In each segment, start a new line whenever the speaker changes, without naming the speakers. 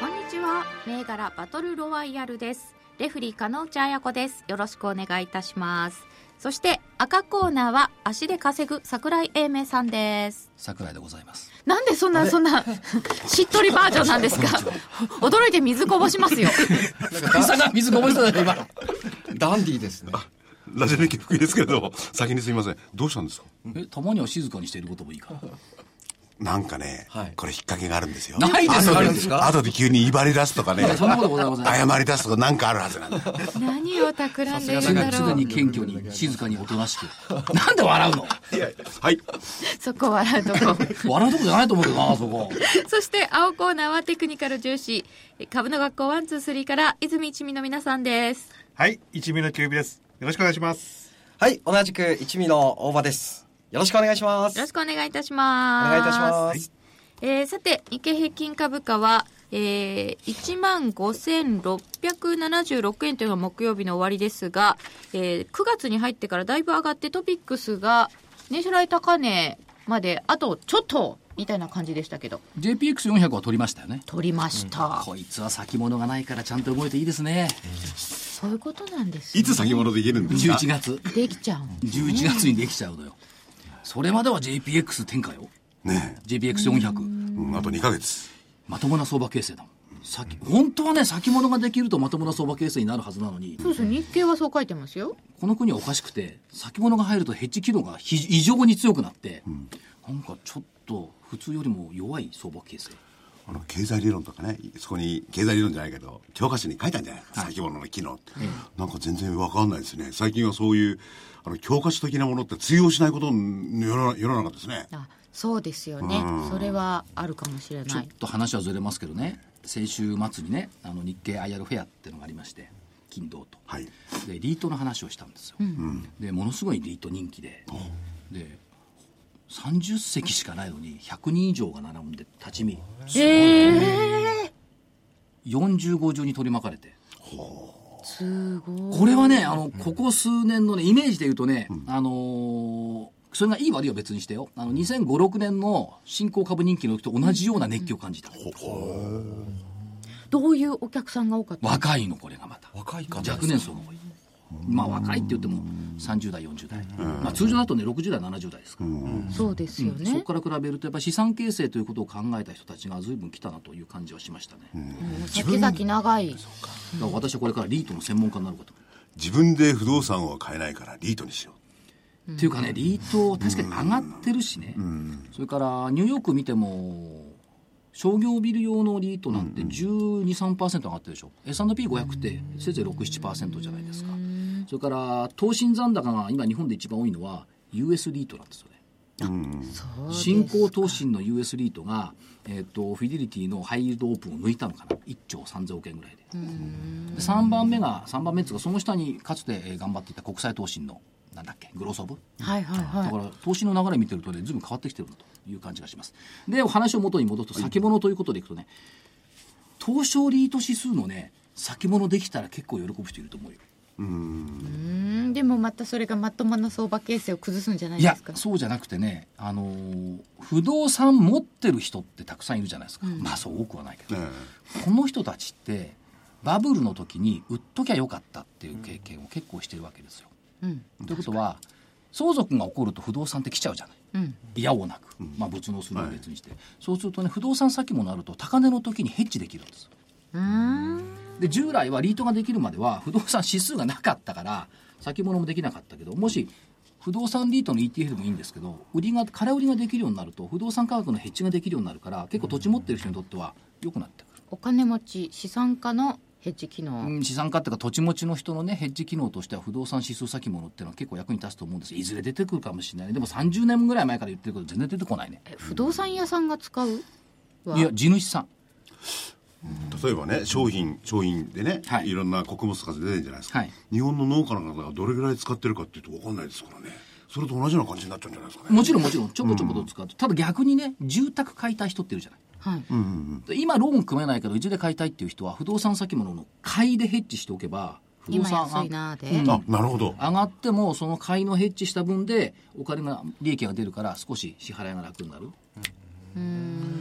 こんにちは銘柄バトルロワイヤルですレフリー加納内彩子ですよろしくお願いいたしますそして赤コーナーは足で稼ぐ桜井英明さんです
桜井でございます
なんでそんなそんなしっとりバージョンなんですか 驚いて水こぼしますよ
草が水こぼしたね今
ダンディーですね。
ラジオ日記福井ですけれども、先にすみません。どうしたんですか
えたまには静かにしていることもいいから
なんかね、
はい
これ引っ掛けがあるんですよ。
ないですよ
あ
あ
る
れ
んですか
後で急に威張り出すとかね、
そんなことございません
謝り出すとかなんかある はずなんだ。
何を企んでいる
す
ん
で
だ
にす
ろ
で
う
に謙虚に静かにおとなしくなんで笑うの
はい。
そこ笑うとこ
笑うとこじゃないと思うけどなそこ
そして青コーナーはテクニカル重視株の学校ワンツースリーから泉一味の皆さんです
はい、一味のキュービです。よろしくお願いします。
はい、同じく一味の大場です。よろしくお願いします。
よろし
く
くお願いいたし
お
ます
願いいたします。
えーさて、日経平均株価は、えー、1万5676円というのが木曜日の終わりですが、えー9月に入ってからだいぶ上がってトピックスが、年初来高値まで、あとちょっと、みたいな感じでしたけど、
JPX400 は取りましたよね
取りました。
こいつは先物がないからちゃんと動いていいですね
そういうことなんです、
いつ先物で言えるんですか
11月
できちゃうの。
11月にできちゃうのよそれまでは JPX 天下よ
ね
JPX400
え、うんあと2ヶ月。
まともな相場形成だもん先本当はね先物ができるとまともな相場形成になるはずなのに
そうそう、日経はそう書いてますよ。
この国はおかしくて先物が入るとヘッジ機能が非異常に強くなって、なんかちょっと普通よりも弱い相場形成
あの、経済理論とかね、そこに、経済理論じゃないけど、教科書に書いたんじゃない先物の機能って。なんか全然わかんないですね。最近はそういう、あの、教科書的なものって通用しないことの世の世の中ですね。
あそうですよね。それはあるかもしれ
ちょ
な
っ
い。
と話はずれますけどね先週末にねあの日経 IR フェアってのがありまして金土と、
はい。
でリートの話をしたんですよ、でものすごいリート人気で、で30席しかないのに100人以上が並んで立ち見
えー、
45中に取り巻かれて
すごい。
これはねあのここ数年のねイメージで言うとね、あのーそれがいい悪いは別にしてよあの2005、6年の新興株人気の時と同じような熱気を感じた、
どういうお客さんが多かった
若いのこれがまた
若い方です
若年層が多いまあ若いって言っても30代40代、まあ、通常だとね60代70代ですから、
そうですよ
そ
ね。
こから比べるとやっぱり資産形成ということを考えた人たちが随分来たなという感じはしましたね、
先々長い。
だから私はこれからリートの専門家になること、
自分で不動産を買えないから、リートにしよ
っていうかねリート確かに上がってるしね、それからニューヨーク見ても商業ビル用のリートなんて1 2 3上がってるでしょ S&P500 ってせいぜい67%じゃないですかそれから投信残高が今日本で一番多いのは US リートなんですよね新興投信の US リートが、えっとフィデリティのハイイールドオープンを抜いたのかな1兆3000億円ぐらいでで3番目が3番目っていうかその下にかつてえー頑張っていた国際投信のなんだっけグロースオブ
はいはい
だ
は
から投資の流れ見てるとね、ずいぶん変わってきてるなという感じがします。で、お話を元に戻すと、先物ということでいくとね、東証リート指数のね、先物できたら結構喜ぶ人いると思うよ。
い。うん、でもまたそれがまともな相場形成を崩すんじゃない
い
で
や
すか、。
そうじゃなくてね、あのー不動産持ってる人ってたくさんいるじゃないですか。まあそう多くはないけ
う。
ど、
ね
この人たちって、バブルの時に売っときゃよかったっていう経験を結構してるわけですよ。
うん、
ということは、相続が起こると不動産って来ちゃうじゃない。
うん、
いやおうなく、まあ、物納するのは別にして、そうするとね不動産先もなると高値の時にヘッジできるんです
うん、
で従来はリートができるまでは不動産指数がなかったから先物もできなかったけどもし不動産リートの ETF でもいいんですけど売りが空売りができるようになると不動産価格のヘッジができるようになるから結構土地持ってる人にとっては良くなってくる、
お金持ち資産家のヘッジ機能。
うん資産家っていうか土地持ちの人のねヘッジ機能としては不動産指数先物っていうのは結構役に立つと思うんですいずれ出てくるかもしれないねでも30年ぐらい前から言ってるけど全然出てこないね
え不動産屋さんが使う。はい
や地主さん
例えばね商品商品でね、
はい
い、ろんな穀物とか出てるじゃないですか、
はい
日本の農家の方がどれぐらい使ってるかっていうと分かんないですからねそれと同じような感じになっちゃうんじゃないですかね
もちろんもちろんちょこちょこと使うと、ただ逆にね住宅買いたい人っているじゃない
はい。
で今ローン組めないけどいずれ買いたいっていう人は不動産先物の買いでヘッジしておけば不動
今
産
安
上
いなーで。
あなるほど
がってもその買いのヘッジした分でお金が利益が出るから少し支払いが楽になる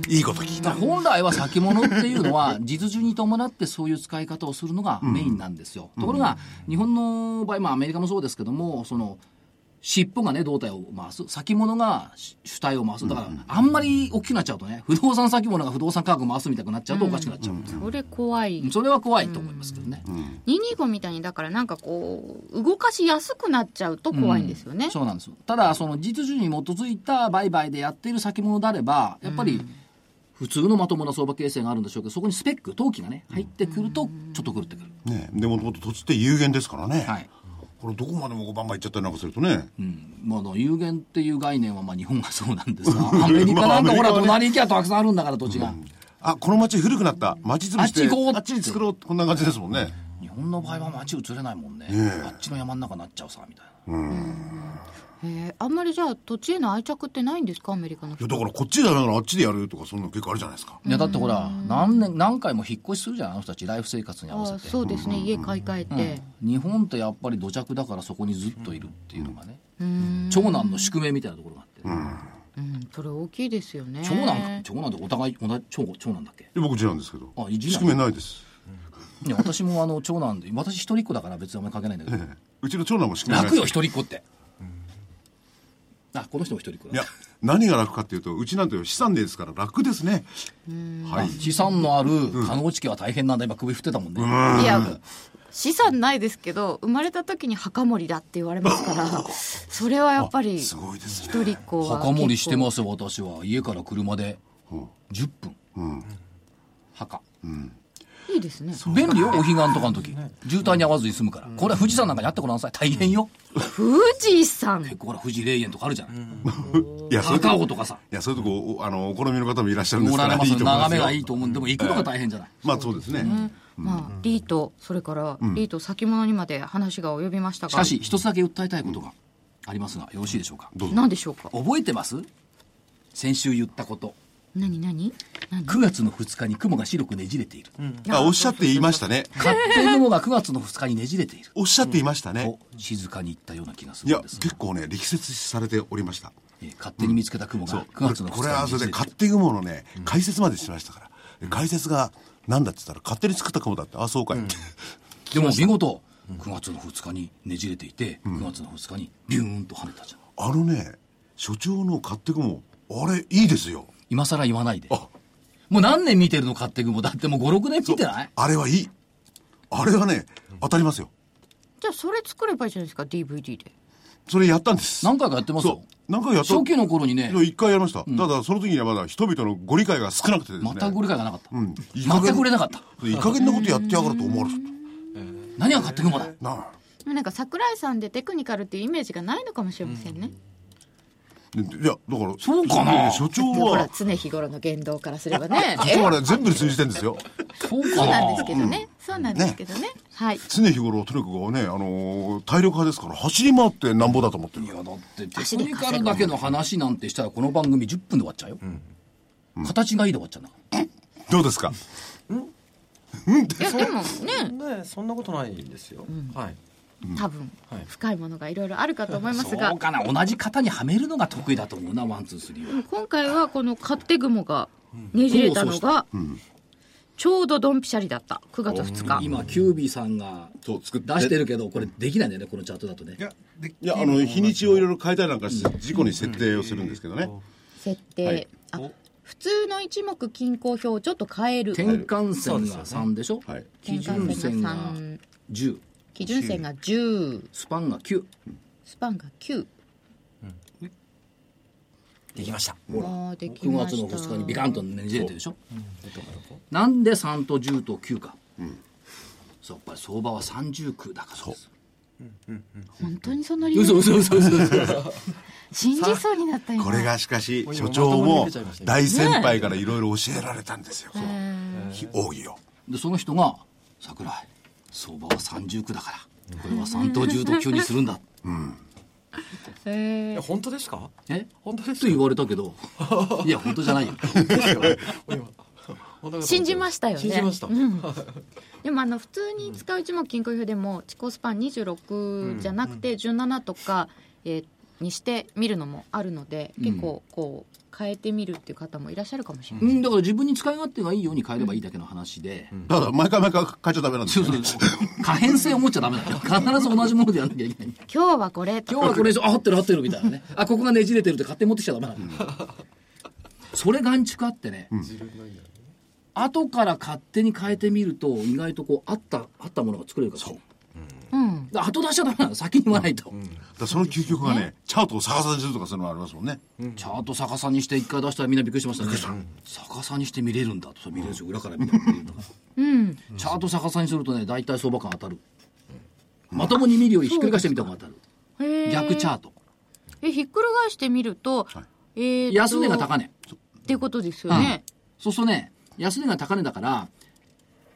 いいこと聞い
だ
た
から本来は先物っていうの は実需に伴ってそういう使い方をするのがメインなんですよ、ところが日本の場合、まあ、アメリカもそうですけどもその尻尾がね胴体を回す先物が主主体を回すだからあんまり大きくなっちゃうとね不動産先物が不動産価格回すみたいになっちゃうとおかしくなっちゃう、
それ怖い。
それは怖いと思いますけどね、
225みたいにだからなんかこう動かしやすくなっちゃうと怖いんですよね、
そうなんですよただその実需に基づいた売買でやっている先物であればやっぱり普通のまともな相場形成があるんでしょうけどそこにスペック投機がね入ってくるとちょっと狂ってくる、
ねでもともと土地って有限ですからね、
はい
これどこまでもバンバンいっちゃったりなんかするとね、
まあ、だから有限っていう概念はまあ日本がそうなんですがアメリカなんかほ
まあアメリカ
ら
はね
隣行きゃたくさんあるんだから土地が、
あこの町古くなった町潰して
あっち行こう
あっちに作ろうってこんな感じですもんね
日本の場合は街移れないもんね、あっちの山の中になっちゃうさみたいな
へえあんまりじゃあ土地への愛着ってないんですかアメリカの
いや
人
だからこっちじゃないからあっちでやるとかそんなの結構あるじゃないですか
いやだってほら何年何回も引っ越しするじゃんあの人たちライフ生活に合
あ
わ
あ
せて
そうですね、家買い替えて、
日本ってやっぱり土着だからそこにずっといるっていうのがね、長男の宿命みたいなところがあって、
うんそれ大きいですよね
長男長男ってお互い同じ長長男だっけ
で僕次男ですけど
あ次男
宿命ないです
いや私もあの長男で私一人っ子だから別にあんまり関係ないんだけど、
ええうちの長男も宿命ないです
楽よ一人っ子って、あこの人も一人っ子だ
いや何が楽かっていうとうちなんて資産ですから楽ですねはい
資産のある加納地家は大変なんだ今首振ってたもんね、
いや資産ないですけど生まれた時に墓守だって言われますから それはやっぱり
すごいですね
一人っ子は
墓守りして
も
ます私は家から車で10分、墓
いいですね
便利よお彼岸とかの時渋滞に合わずに済むから、これは富士山なんかにあってごらんなさい大変よ、
富士山
結構ほら富士霊園とかあるじゃない、
いやそういうと
高尾
こと
かさ
いやそういうとこおあのお好みの方もいらっしゃるんで
お
すからら
れます
と思いま
眺
すよ
めがいいと思うんでも行くのが大変じゃない、
まあそうですね
まあ、リートそれからリート先物にまで話が及びましたが、
しかし一つだけ訴えたいことがありますがよろしいでしょうか
どうぞ
何でしょうか
覚えてます先週言ったこと
何何何
9月の2日に雲が白くねじれている、
あおっしゃっていましたね
勝手に雲が9月の2日にねじれている
おっしゃっていましたね
と静かに言ったような気がす
い
る
や
んですが
結構ね力説されておりました
えー勝手に見つけた雲
そ
が
う
9月の2日にねじれている
これはそれで勝手雲のね解説までしましたからで解説がなんだって言ったら勝手に作った雲だってあそうかいって
でも見事9月の2日にねじれていて9月の2日にビューンと跳ねたじゃん
あのね所長の勝手雲あれいいですよ
今更言わないで
あ
もう何年見てるの勝手雲だってもう56年見てない
あれはいいあれはね当たりますよ
じゃあそれ作ればいいじゃないですか DVD で
それやったんです
何回かやってますよ
そう何回やった
初期の頃にね
いや一回やりました、ただその時にはまだ人々のご理解が少なくてですね
全く理解がなかった、
うんいい加減
全く売れなかった
いい加減なことやってやがると思われる
何が勝手雲だ
なあ
でもなんか桜井さんでテクニカルっていうイメージがないのかもしれませんね、
でいやだから
そうかな
で所長
ほら
は
常日頃の言動からすればね
所長はね全部に通じてんですよ
そうか
そう
な
なんですけどね、そうなんですけどねはい
常日頃とにかくね、あのー体力派ですから走り回ってなんぼだと思ってる
いやだってテクニカルだけの話なんてしたらこの番組10分で終わっちゃうよ、形がいいで終わっちゃうんだから
どうですか
いやでもね
ねそんなことないんですよ、はい
多分
はい
深いものがいろいろあるかと思いますが
そうかな同じ型にはめるのが得意だと思うなワンツースリーは
今回はこの勝手雲がねじれたのがちょうどドンピシャリだった9月2日
今キュービーさんが出
そう作って
してるけどこれできないんだよねこのチャートだとね
いや、で
いやあの日にちをいろいろ変えたりなんかして事故に設定をするんですけどね、
設定、
はい
あ普通の一目均衡表をちょっと変える
転換線が3でしょ、
はい
基準線が
転
10
基準線が10
スパンが9
スパンが9
できました
あーでき
9
ま
月
し
の
た
2日にビカンとねじれてるでしょ、なんで3と10と9か、そうやっぱり相場は39だからです
本当にその理
嘘
由
嘘嘘嘘嘘
信じそうになった今
これがしかし
もう今
所長
まともに
も
出ちゃいましたね
大先輩からいろいろ教えられたんですよ、
えー
奥義を。
でその人が「桜井相場は三重区だからこれは三等重等級にするんだ」
いや本当ですか
え
本当
っ
で
て
すか
言われたけどいや本当じゃ ないよ
信じましたよね
信じました。
うんでもあの普通に使う一目金庫表でも地高スパン26じゃなくて17とか、えーにして見るのもあるので結構こう変えてみるっていう方もいらっしゃるかもしれな
う
い、
んだから自分に使い勝手がいいように変えればいいだけの話で、
ただ、毎回毎回変えちゃダメなんです
そう
よ
そ
ね
う。可変性を持っちゃダメなんだよ必ず同じものでやんなきゃいけない
今日はこれと
今日はこれあ合ってる合ってるみたいなねあここがねじれてるって勝手に持ってきちゃダメなんだよそれがんちくあってね、後から勝手に変えてみると意外とこうあったあったものが作れるからそう
うん
後出しちゃダメなの先に言わないと、
だからその究極がね、チャートを逆さにするとかそういうのがありますもんね。
チャート逆さにして一回出したらみんなびっくりしましたね逆さにして見れるんだとそう見れるんですよ裏から見たら見れるんだから
うん
チャート逆さにするとね大体相場感当たるまともに見るよりひっくり返してみた方が当たる
へー
逆チャート
えひっくり返してみると、えーと
安値が高値
ってことですよね、
そうするとね安値が高値だから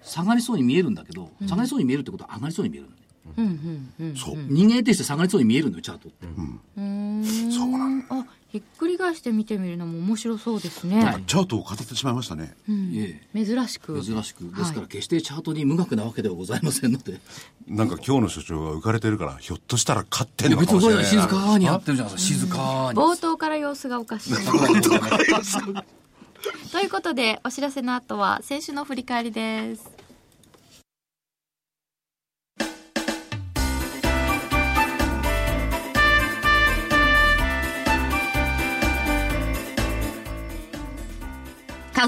下がりそうに見えるんだけど下がりそうに見えるってことは上がりそうに見えるのね
うん、うんうん
そう。
人間定して下がりそうに見えるのよチャートって
うんそうなんあひっくり返して見てみるのも面白そうですね、
はい
チャートを語ってしまいましたね。
え
珍し
え
く
珍しくですか
は
ら
い
決してチャートに無学なわけではございませんので
なんか今日の所長が浮かれてるから、ひょっとしたら勝ってんの
別
かも
に
しれ
これ
ない。
静かにやってるじゃないですか静かに
冒頭から様子がおかしい ということでお知らせの後は先週の振り返りです
花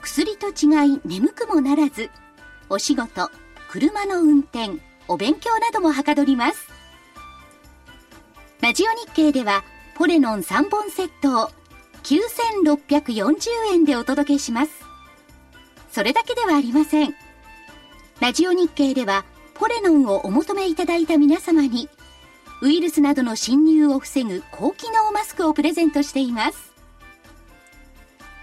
薬と違い眠くもならずお仕事車の運転お勉強などもはかどりますラジオ日経ではポレノン3本セットを9640円でお届けしますそれだけではありませんラジオ日経ではポレノンをお求めいただいた皆様にウイルスなどの侵入を防ぐ高機能マスクをプレゼントしています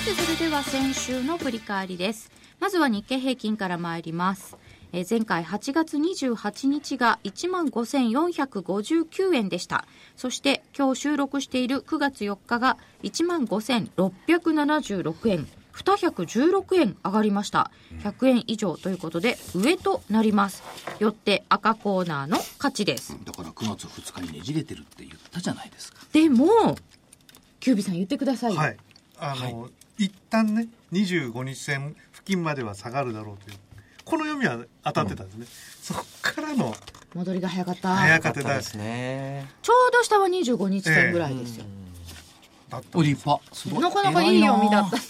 てそれでは先週の振り返りですまずは日経平均から参りますえー前回8月28日が1万5459円でしたそして今日収録している9月4日が1万5676円216円上がりました100円以上ということで上となりますよって赤コーナーの勝ちです
だから9月2日にねじれてるって言ったじゃないですか
でもキュービさん言ってくださいよ
はい。あの、一旦ね、25日線付近までは下がるだろうという。この読みは当たってたんですね。そこからの
戻りが早かった
早か
か
っ
ったた
で。
ですすね。
ちょうど下は25日線ぐらいですよ、
だった
お立派すごい
なかなかいい読みだ
偉
っ
い
た
な。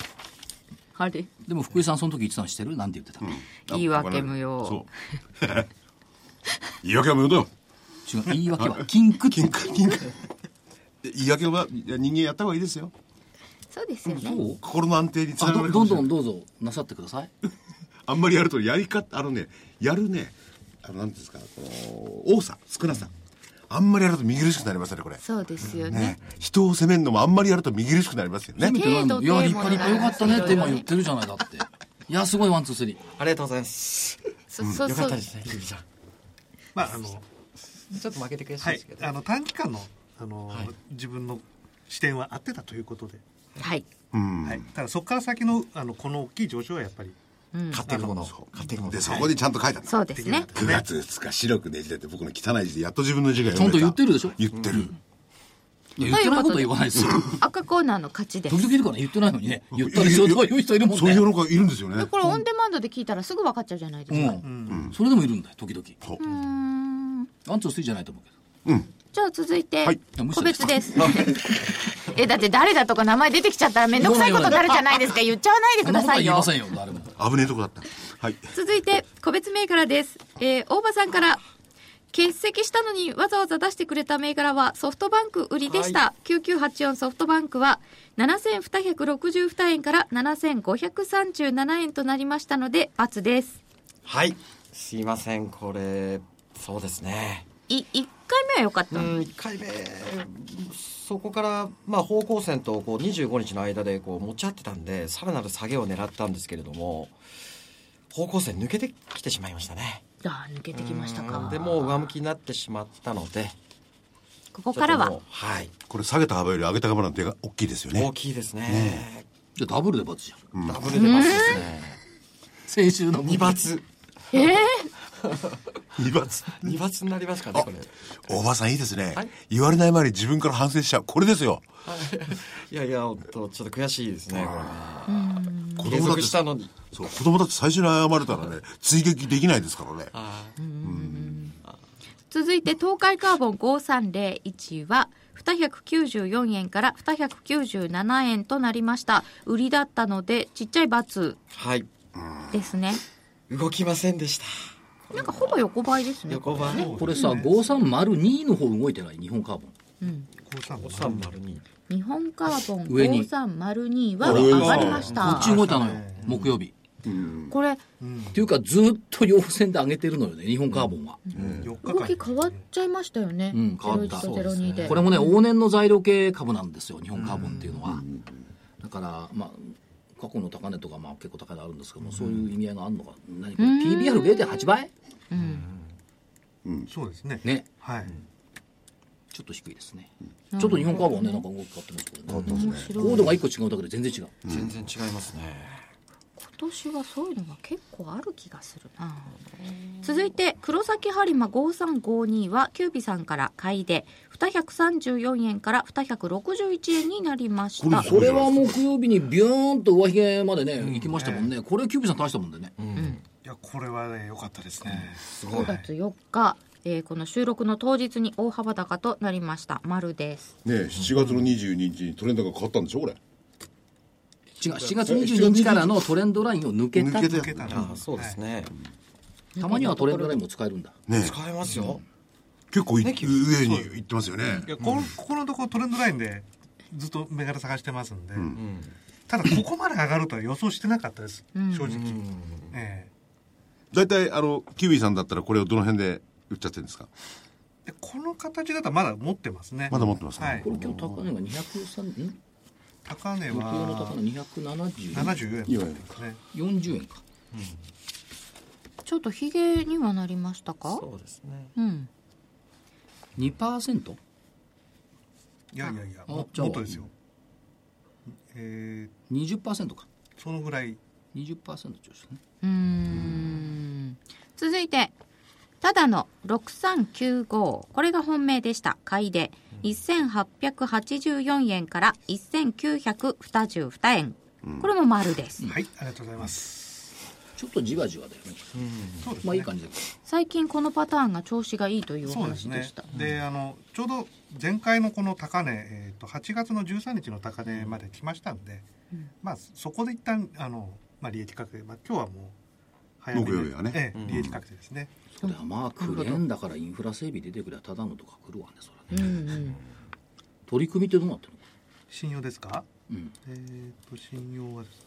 あれ
でも福井さんその時言ってたの知ってるなんて言ってた、
言い訳無用
そう。言い訳は無用だよ。
違う言い訳は禁句って
金貨、金貨。 言い訳はいや人間やった方がいいですよ。
そうですよね、
そう
心の安定につ
あ
なが
どど
るかも
ん
しれな
ど
い
んどうぞなさってください
あんまりやるとやり方あのねやるねあのなんていうんですかこの多さ少なさあんまりやると見苦しくなりますよねこれ
そうですよね
ね人を責めるのもあんまりやると見苦しくなりますよね
せめてなん
程度
いや
程
立
度
派立派よかったねって今言ってるじゃないだっていやすごいワンツースリー
ありがとうございます。
そそう
よ
そ
かっ
う
たですね、キビさん。
まあ、あの、
ちょっと負けて悔しい
は
で
い
すけ。ど。
あの、短期間の、あの
はい、
自分の視点は合ってたということで。
はい
うん
はい、ただそこから先のあのこの大きい上昇はやっぱり
買っていくもの買っていくものでそ
はい
こにちゃんと書いたんだ
そうですね。
9月2日白くねじれて僕の汚い字でやっと自分の字が
ちゃんと
読め
言
た
ってるでしょ
言ってる
いや言ってないことは言わないですよ
赤コーナーの勝ちです
時。々いるからね言ってないのにね言ったりしようとか言う人いるもん
そうい
ね
うのがいるんですよね
でこれオンデマンドで聞いたらすぐ分かっちゃうじゃないで
う
すか。
んそれでもいるんだよ時々
ほう
うーん
アンチョスイじゃないと思うけど
じゃあ続いて、
はい
個別です。 え、だって誰だとか名前出てきちゃったらめんどくさいことになるじゃないですか。言っちゃわないで
そ
く
んな
だ
こと
さ
はい言い
よ
ま。せんよ誰も
危ねえとこだったはい
続いて、個別銘柄です。えー大場さんから、欠席したのにわざわざ出してくれた銘柄はソフトバンク売りでした。9984ソフトバンクは7262円から7537円となりましたので、×です。
はいすいませんこれそうですね
い、1回目は良かった
う。ん1回目そこから、まあ、方向線とこう25日の間でこう持ち合ってたんでさらなる下げを狙ったんですけれども方向線抜けてきてしまいましたね
あー抜けてきましたか。
でもう上向きになってしまったので
ここから
ちょっと
は
もうはい
これ下げた幅より上げた幅の手が大きいですよ
大
ね
きいですね
じゃあダブルで罰じゃん
ダブルでバツですね
先週の分
2罰
2罰
2罰になりますかねこれ
おばさんいいですね
はい
言われない前に自分から反省しちゃうこれですよ
いやいや本当ちょっと悔しいですねこれ
子供だ
は継
っ
続
て
したのに
そう子供だって最初に謝れたらね追撃できないですからね
あー
続いて東海カーボン5301は294円から297円となりました売りだったのでちっちゃい×
はい
ですね
動きませんでした
なんかほぼ横ばいですね
横ばい
これさ5302の方動いてない日本カーボン
高三
お三丸に
日本カーボン
上に
5302は
上に
上がりまし
こ
た
っち動いたのよ木曜日
これ
っていうかずっと陽線で上げてるのよね日本カーボンは
4日間
動き変わっちゃいましたよね、
うん変わった
01と02で
これもね往年の材料系株なんですよ日本カーボンっていうのはだからまあ過去の高値とかまあ結構高値あるんですけどもそういう意味合いがあるのか何これ PBR0.8 倍
そうですね
ね
はい
ちょっと低いですねちょっと日本カーボンはねなんか動き変わってますけどね
面白い
高度が一個違うだけで全然違う
全然違いますね
今年はそういうのが結構ある気がするな続いて黒崎播磨5352はキュービさんから買いで234円から261円になりました
これは木曜日にビューンと上髭までね、行きましたもんね。これキュービーさん大したもんでね。
いやこれはね良かったですね
5月4日、えーこの収録の当日に大幅高となりました丸です
ねえ7月の22日にトレンドが変わったんでしょこれ
違う、7月22日からのトレンドラインを抜けた。
抜けた
た
ああそうですね
たまにはトレンドラインも使えるんだ。
ねえ
使えますよ
結構い上に行ってますよね
いやこのここのところトレンドラインでずっと銘柄探してますんで、ただここまで上がるとは予想してなかったです、正直、え
大体あのキウイさんだったらこれをどの辺で売っちゃってるんですか
えでこの形だとまだ持ってますね
まだ持ってますね
はい
これ今日高値が203、ん
高値
木曜の高
は
値270、
74円だったんですね
40円か。
ちょっとヒゲにはなりましたか
そうですね
うん
2%?
いやいやいや
あ
も
じゃあ
もっとですよえ
20%か。
ー、そのぐらい
20%上昇ね。
うーん続いてただの6395これが本命でした買いで1884円から1922円これも丸です、
はいありがとうございます、
ちょっとじわじわだよね。
そうですね
まあいい感じだけ
最近このパターンが調子がいいというお
そうです
話で
ね
した。
で、あのちょうど前回のこの高値、えー、と8月の13日の高値まで来ましたんで、まあそこで一旦あのまあ利益確定、まあ今日はもう早めに
木曜日はね
ええ
うん
利益確定ですね。
ど。そりゃまあクレーンだからインフラ整備出てくりゃただのとか来るわね、それね。
うんうん
取り組みってどうなってるの
信用ですか？
うん。
えっ、と信用はですね、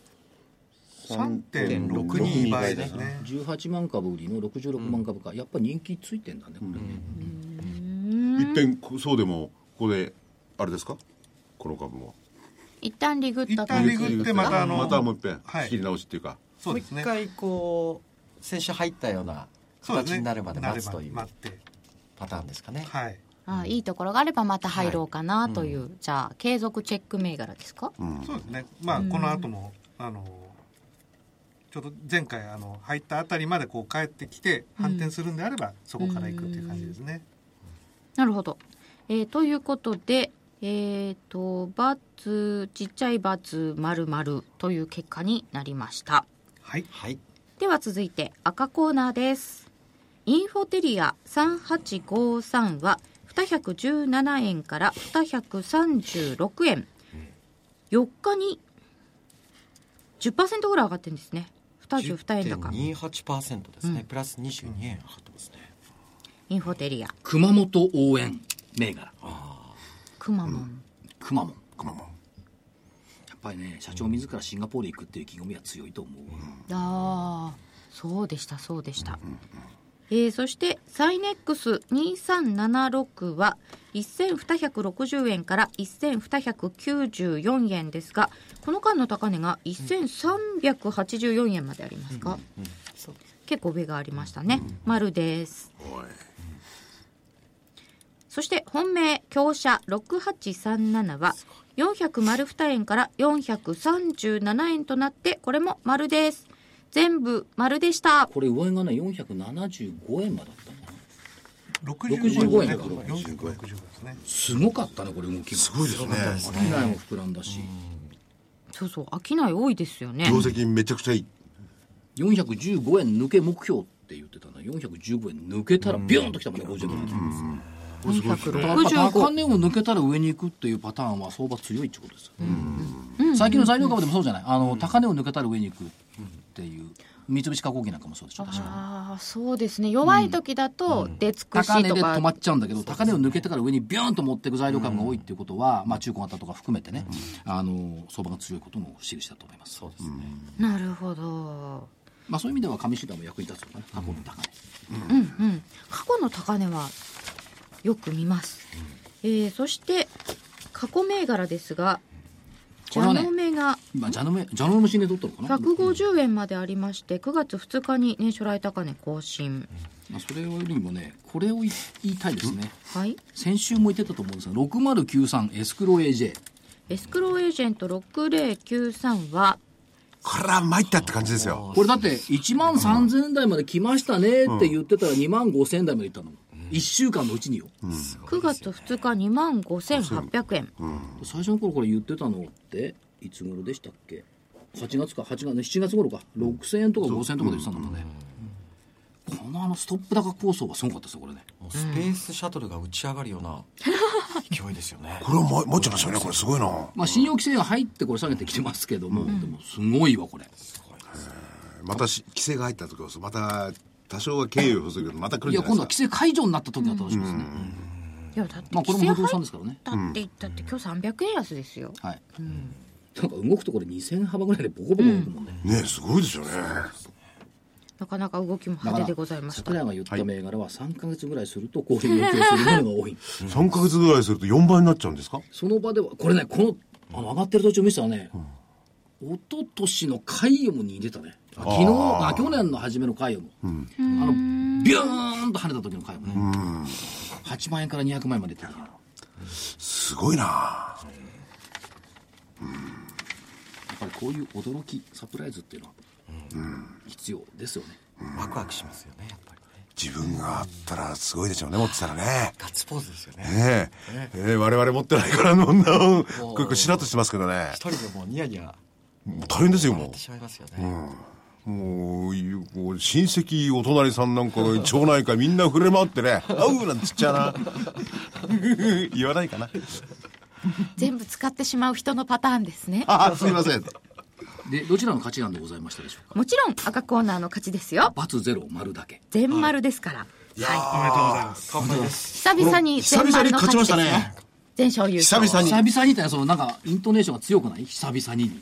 3.62倍
3.62倍
で
ですす
ね
ね。
18万株売りの66万株か、やっぱ人気ついてんだねこれね、
一点こそうでもここであれですかこの株も
一旦リグっ
一
た
旦リグってまたあの
またもう一遍
はい
仕切り直しっていうか
そうです
もう
ね
一。回こう先週入ったような
そうで
形
すね
になるまで待つという
なれば待って、
パターンですかね
はい。
あいいところがあればまた入ろうかなという、じゃあ継続チェック銘柄ですか、
うん
そうですね。まあ、この後も、あの。ちょっと前回、あの、入ったあたりまで、こう帰ってきて、反転するんであれば、そこから行くっていう感じですね。
なるほど、えーということでえっ、とバツちっちゃいバツ丸々という結果になりました
はい。
はい
では続いて赤コーナーですインフォテリア3853は217円から236円4日に10%ぐらい上がってるんですね22円高
10.28%ですね、プラス22円上がってますね
インフォテリア
熊本応援銘柄
くまモン、
くまモン
熊本
やっぱりね社長自らシンガポール行くっていう意気込みは強いと思うわ、
ああそうでしたそうでした、えーそしてサイネックス2376は1260円から1294円ですがこの間の高値が1384円までありますか、そう結構上がありましたね、丸ですそして本命強者6837は400丸2円から437円となってこれも丸です全部丸でした
これ上がね475円までだったのかな
六
65円だから
四百六十ですね。
すごかったねこれ動きが
すごいですね
商いも膨らんだし、
そうそう商い多いですよね
業績めちゃくちゃいい
415円抜け目標って言ってたな415円抜けたらビューンときたもんね50ドル高
465
値を抜けたら上に行くっていうパターンは相場強いってことですよ、最近の材料株でもそうじゃないあの高値を抜けたら上に行くっていう三菱化工機なんかもそうでしょ確か
ああそうですね弱い時だと出尽く
高
し
値
と
で
か、
止まっちゃうんだけど高値を抜けてから上にビューンと持っていく材料株が多いっていうことは、まあ、中古型とか含めてね、あの相場が強いことの印だと思います
そうですね、
なるほど
まあ、そういう意味では紙手段も役に立つのかな過去の高値、
うんうん過去の高値はよく見ます、えーそして過去銘柄ですがジ
これは
ャ
ね
ノメが
今ジャノメジャノメシで取ったのかな
150円までありまして9月2日に年初来高値更新
まあ、それよりもねこれを言い言いたいですね
はい
先週も言ってたと思うんですが6093エスクロ AJ
エスクローエージェント6093は
これは参ったって感じですよ
これだって1万3000円台まで来ましたねって言ってたら2万5000円台まで行ったの、1週間のうちによ、
9月2日2万5800円
最初の頃これ言ってたのっていつ頃でしたっけ8月か8月ね7月頃か6000円とか5000円とかで言ってたんだもんね、このあのストップ高構想がすごかったですよこれね
もうスペースシャトルが打ち上がるような勢いですよね
これはま参っちゃいましたよねこれすごいな
まあ信用規制が入ってこれ下げてきてますけども、でもすごいわこれ
またし規制が入った時こそまた多少は敬意を表するけどまた来るん
い
じ
や今
ゃない
度は
で
規
す
制解除になった時だったらしいですね、
いやだって
まあこれ
規
も不
制
動
入
産
っ
ですからね
たって言ったって今日300円安ですよ
はい、なんか動くところ2000幅ぐらいでボコボコ動くもんね、
かねえすごいですよね
なかなか動きも
だか
派
ら
手でございました
桜井が言った銘柄は3か月ぐらいするとこういう動きをするものが多い
3か月ぐらいすると4倍になっちゃうんですか
その場ではこれねこのあの上がってる途中見せたらね、一昨年の海洋に似てたねあ昨日あ去年の初めの海洋も、あのビューンと跳ねた時の海洋ね、8万円から200万円までいってたから
すごいな
やっぱりこういう驚きサプライズっていうのは必要ですよね、
ワクワクしますよねやっぱりね
自分があったらすごいでしょうね持ってたらね
ガッツポーズですよね
ねえええ我々持ってないからの女をこれこれしらっとしてますけど ね
一人でもうニヤニヤ
大変ですよ
やっ
も
てしまいますよね、
うもういうこう親戚お隣さんなんかの町内会みんな触れ回ってね「 あう」なんてちっちゃな 言わないかな
全部使ってしまう人のパターンですね
あすいません
でどちらの価値なんでございましたでしょうか
もちろん赤コーナーの勝ちですよ
×ゼロ丸だけ
全丸ですから
おめでとうございます。
乾杯です
久々に全丸の勝ちですね全勝優勝
久々に
久々にってのはそのなんかイントネーションが強くない久々に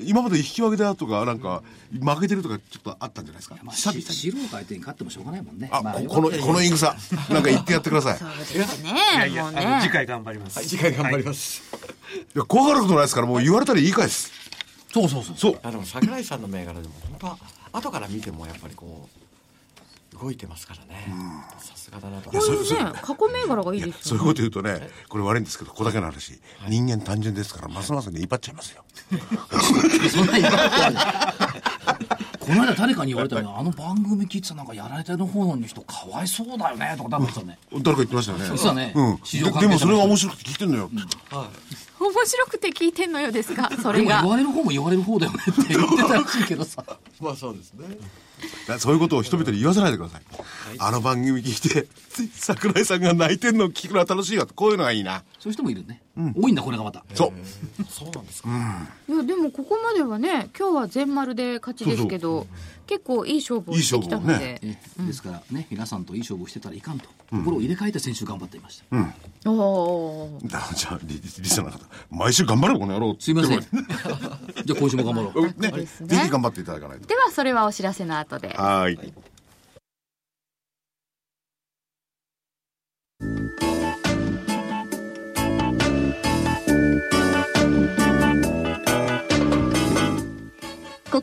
今まで引き分けだとかなんか負けてるとかちょっとあったんじゃないですか
まあ
久々
し
に
素人相手に勝ってもしょうがないもんね
あ
まあ
こ
よか
こ
っ
のこの言い草なんか言ってやってく ださい
そうですね
いやいや、
もう
あの次
ね
回頑張ります。
次回頑張ります、
いや怖がることないですからもう言われたらいいかいです
たそうそうそう
そう
あでも桜井さんの銘柄でも本当は後から見てもやっぱりこう動いてますからねさすがかだなと
こういうね、過去銘柄がいい
いや
です
そう
よ
い
ね。
うこと言うとね、これ悪いんですけど、ここだけの話、人間単純ですから、ますますね、威張っちゃいますよ。
そんな言わなくてあるこの間誰かに言われたよねあの番組聞いてたなんかやられてる方の人かわいそうだよねとか多分言ってたね
誰か言ってましたよね。
そうだね
うん。
市場
で
関係
で
者
もそれが面白くて聞いてんのよ。
面白くて聞いてんのよですが、そ
で
れ
も
が
言。われる方も言われる方だよねって言ってたらしいけどさ
まあそうですね
だそういうことを人々に言わせないでください。あの番組聞いて、つい桜井さんが泣いてんのを聞くのは楽しいわ。こういうのがいいな。
そういう人もいるね、多いんだこれがまた
そう。
そうなんですか、
いやでもここまではね今日は全丸で勝ちですけど結構いい勝負をしてきたので
いい勝
ええですからね皆さんといい勝負をしてたらいかんと心を入れ替えて先週頑張っていました、
おおー
だからじゃあ、リリスナーの方、毎週頑張ろう、この野郎
すいません
って
じゃあ今週も頑張ろう
思っ
そ
て
う
ね、
ですね
ぜひ頑張っていただかないと。
ではそれはお知らせの後で
はーい。
こ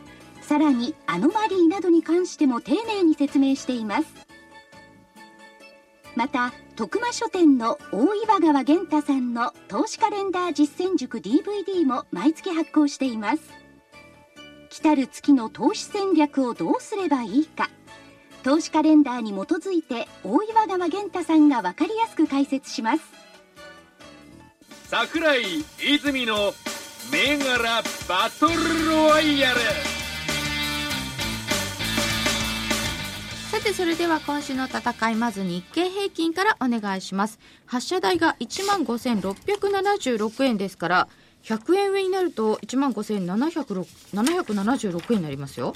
さらにアノマリーなどに関しても丁寧に説明していますまた徳間書店の大岩川源太さんの投資カレンダー実践塾 DVD も毎月発行しています来たる月の投資戦略をどうすればいいか投資カレンダーに基づいて大岩川源太さんが分かりやすく解説します
桜井泉の銘柄バトルロワイヤル
さてそれでは今週の戦いまず日経平均からお願いします発射台が1万5676円ですから100円上になると1万5776円になりますよ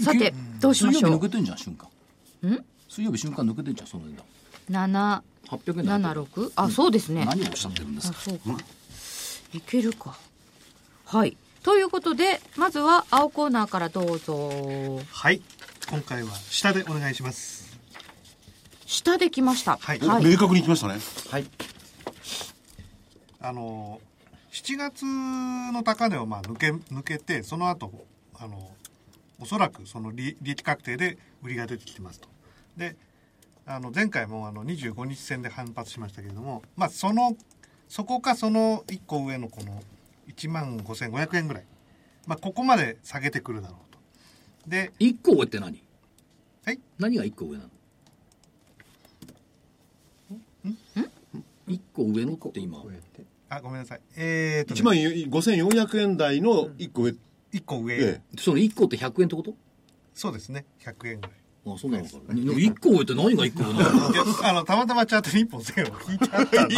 さてどうしまし
水曜日抜
ょ
けてんじゃん瞬間
うん
水曜日瞬間抜けてんじゃんその値段
う776
800円だね
あそうですね
何をおっしゃってるんです
あ
か
そうか、いけるかはいということでまずは青コーナーからどうぞ
はい今回は下でお願いします
下で来ました
はい
お明確に来ましたね。
はい
あの7月の高値をまあ抜け抜けてその後あのおそらくその利利益確定で売りが出てきてますとであの前回もあの25日線で反発しましたけれども、まあ、そのそこかその1個上のこの1万5500円ぐらい、まあ、ここまで下げてくるだろうとで
1個上って何
はい
何が1個上なの1個上のって今
あごめんなさいえー、と
1万5400円台の1個上。
1個上、
え
その1個って100円ってこと
そうですね100円ぐらい
あそんなのかなでも1個上って何が1個上なの
いやあの、たまたまチャートに一本線を引いちゃったんで。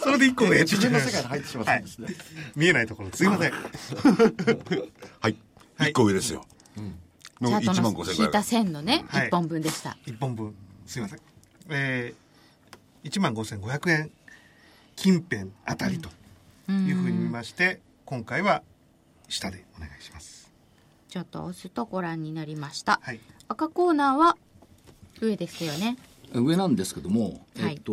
それで一個上 自分の世界に入ってしまったんですね。見えないところ、すいません。
はい。
はい
1個上ですよ。の
チャー
1
ト
万
の引い
5500
た
円。
線のね、一
はい
本分でした
一本分、すいません。えー、1万5500円近辺あたりというふうに見まして、今回は下でお願いします。
ちょっと押すとご覧になりました、
はい。
赤コーナーは上ですよね
上なんですけども、
は
え
い
っと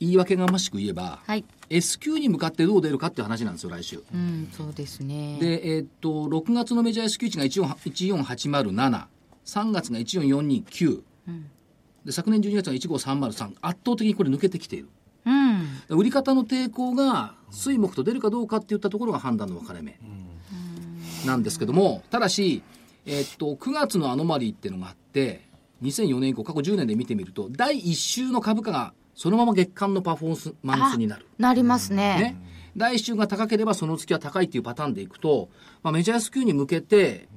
言い訳がましく言えば、
はい
S q に向かってどう出るかっていう話なんですよ来週
うんそうですね
で、えーっと、6月のメジャー S q 値が14 14807、3月が14429、で昨年12月が15303、圧倒的にこれ抜けてきている。
うん
売り方の抵抗が水木と出るかどうかっていったところが判断の分かれ目なんですけども、ただし、えーっと、9月のアノマリーっていうのがあって、2004年以降、過去10年で見てみると、第1週の株価がそのまま月間のパフォーマンスになる。
なりますね
ね、来週が高ければその月は高いっていうパターンでいくと、まあ、メジャー S q に向けて、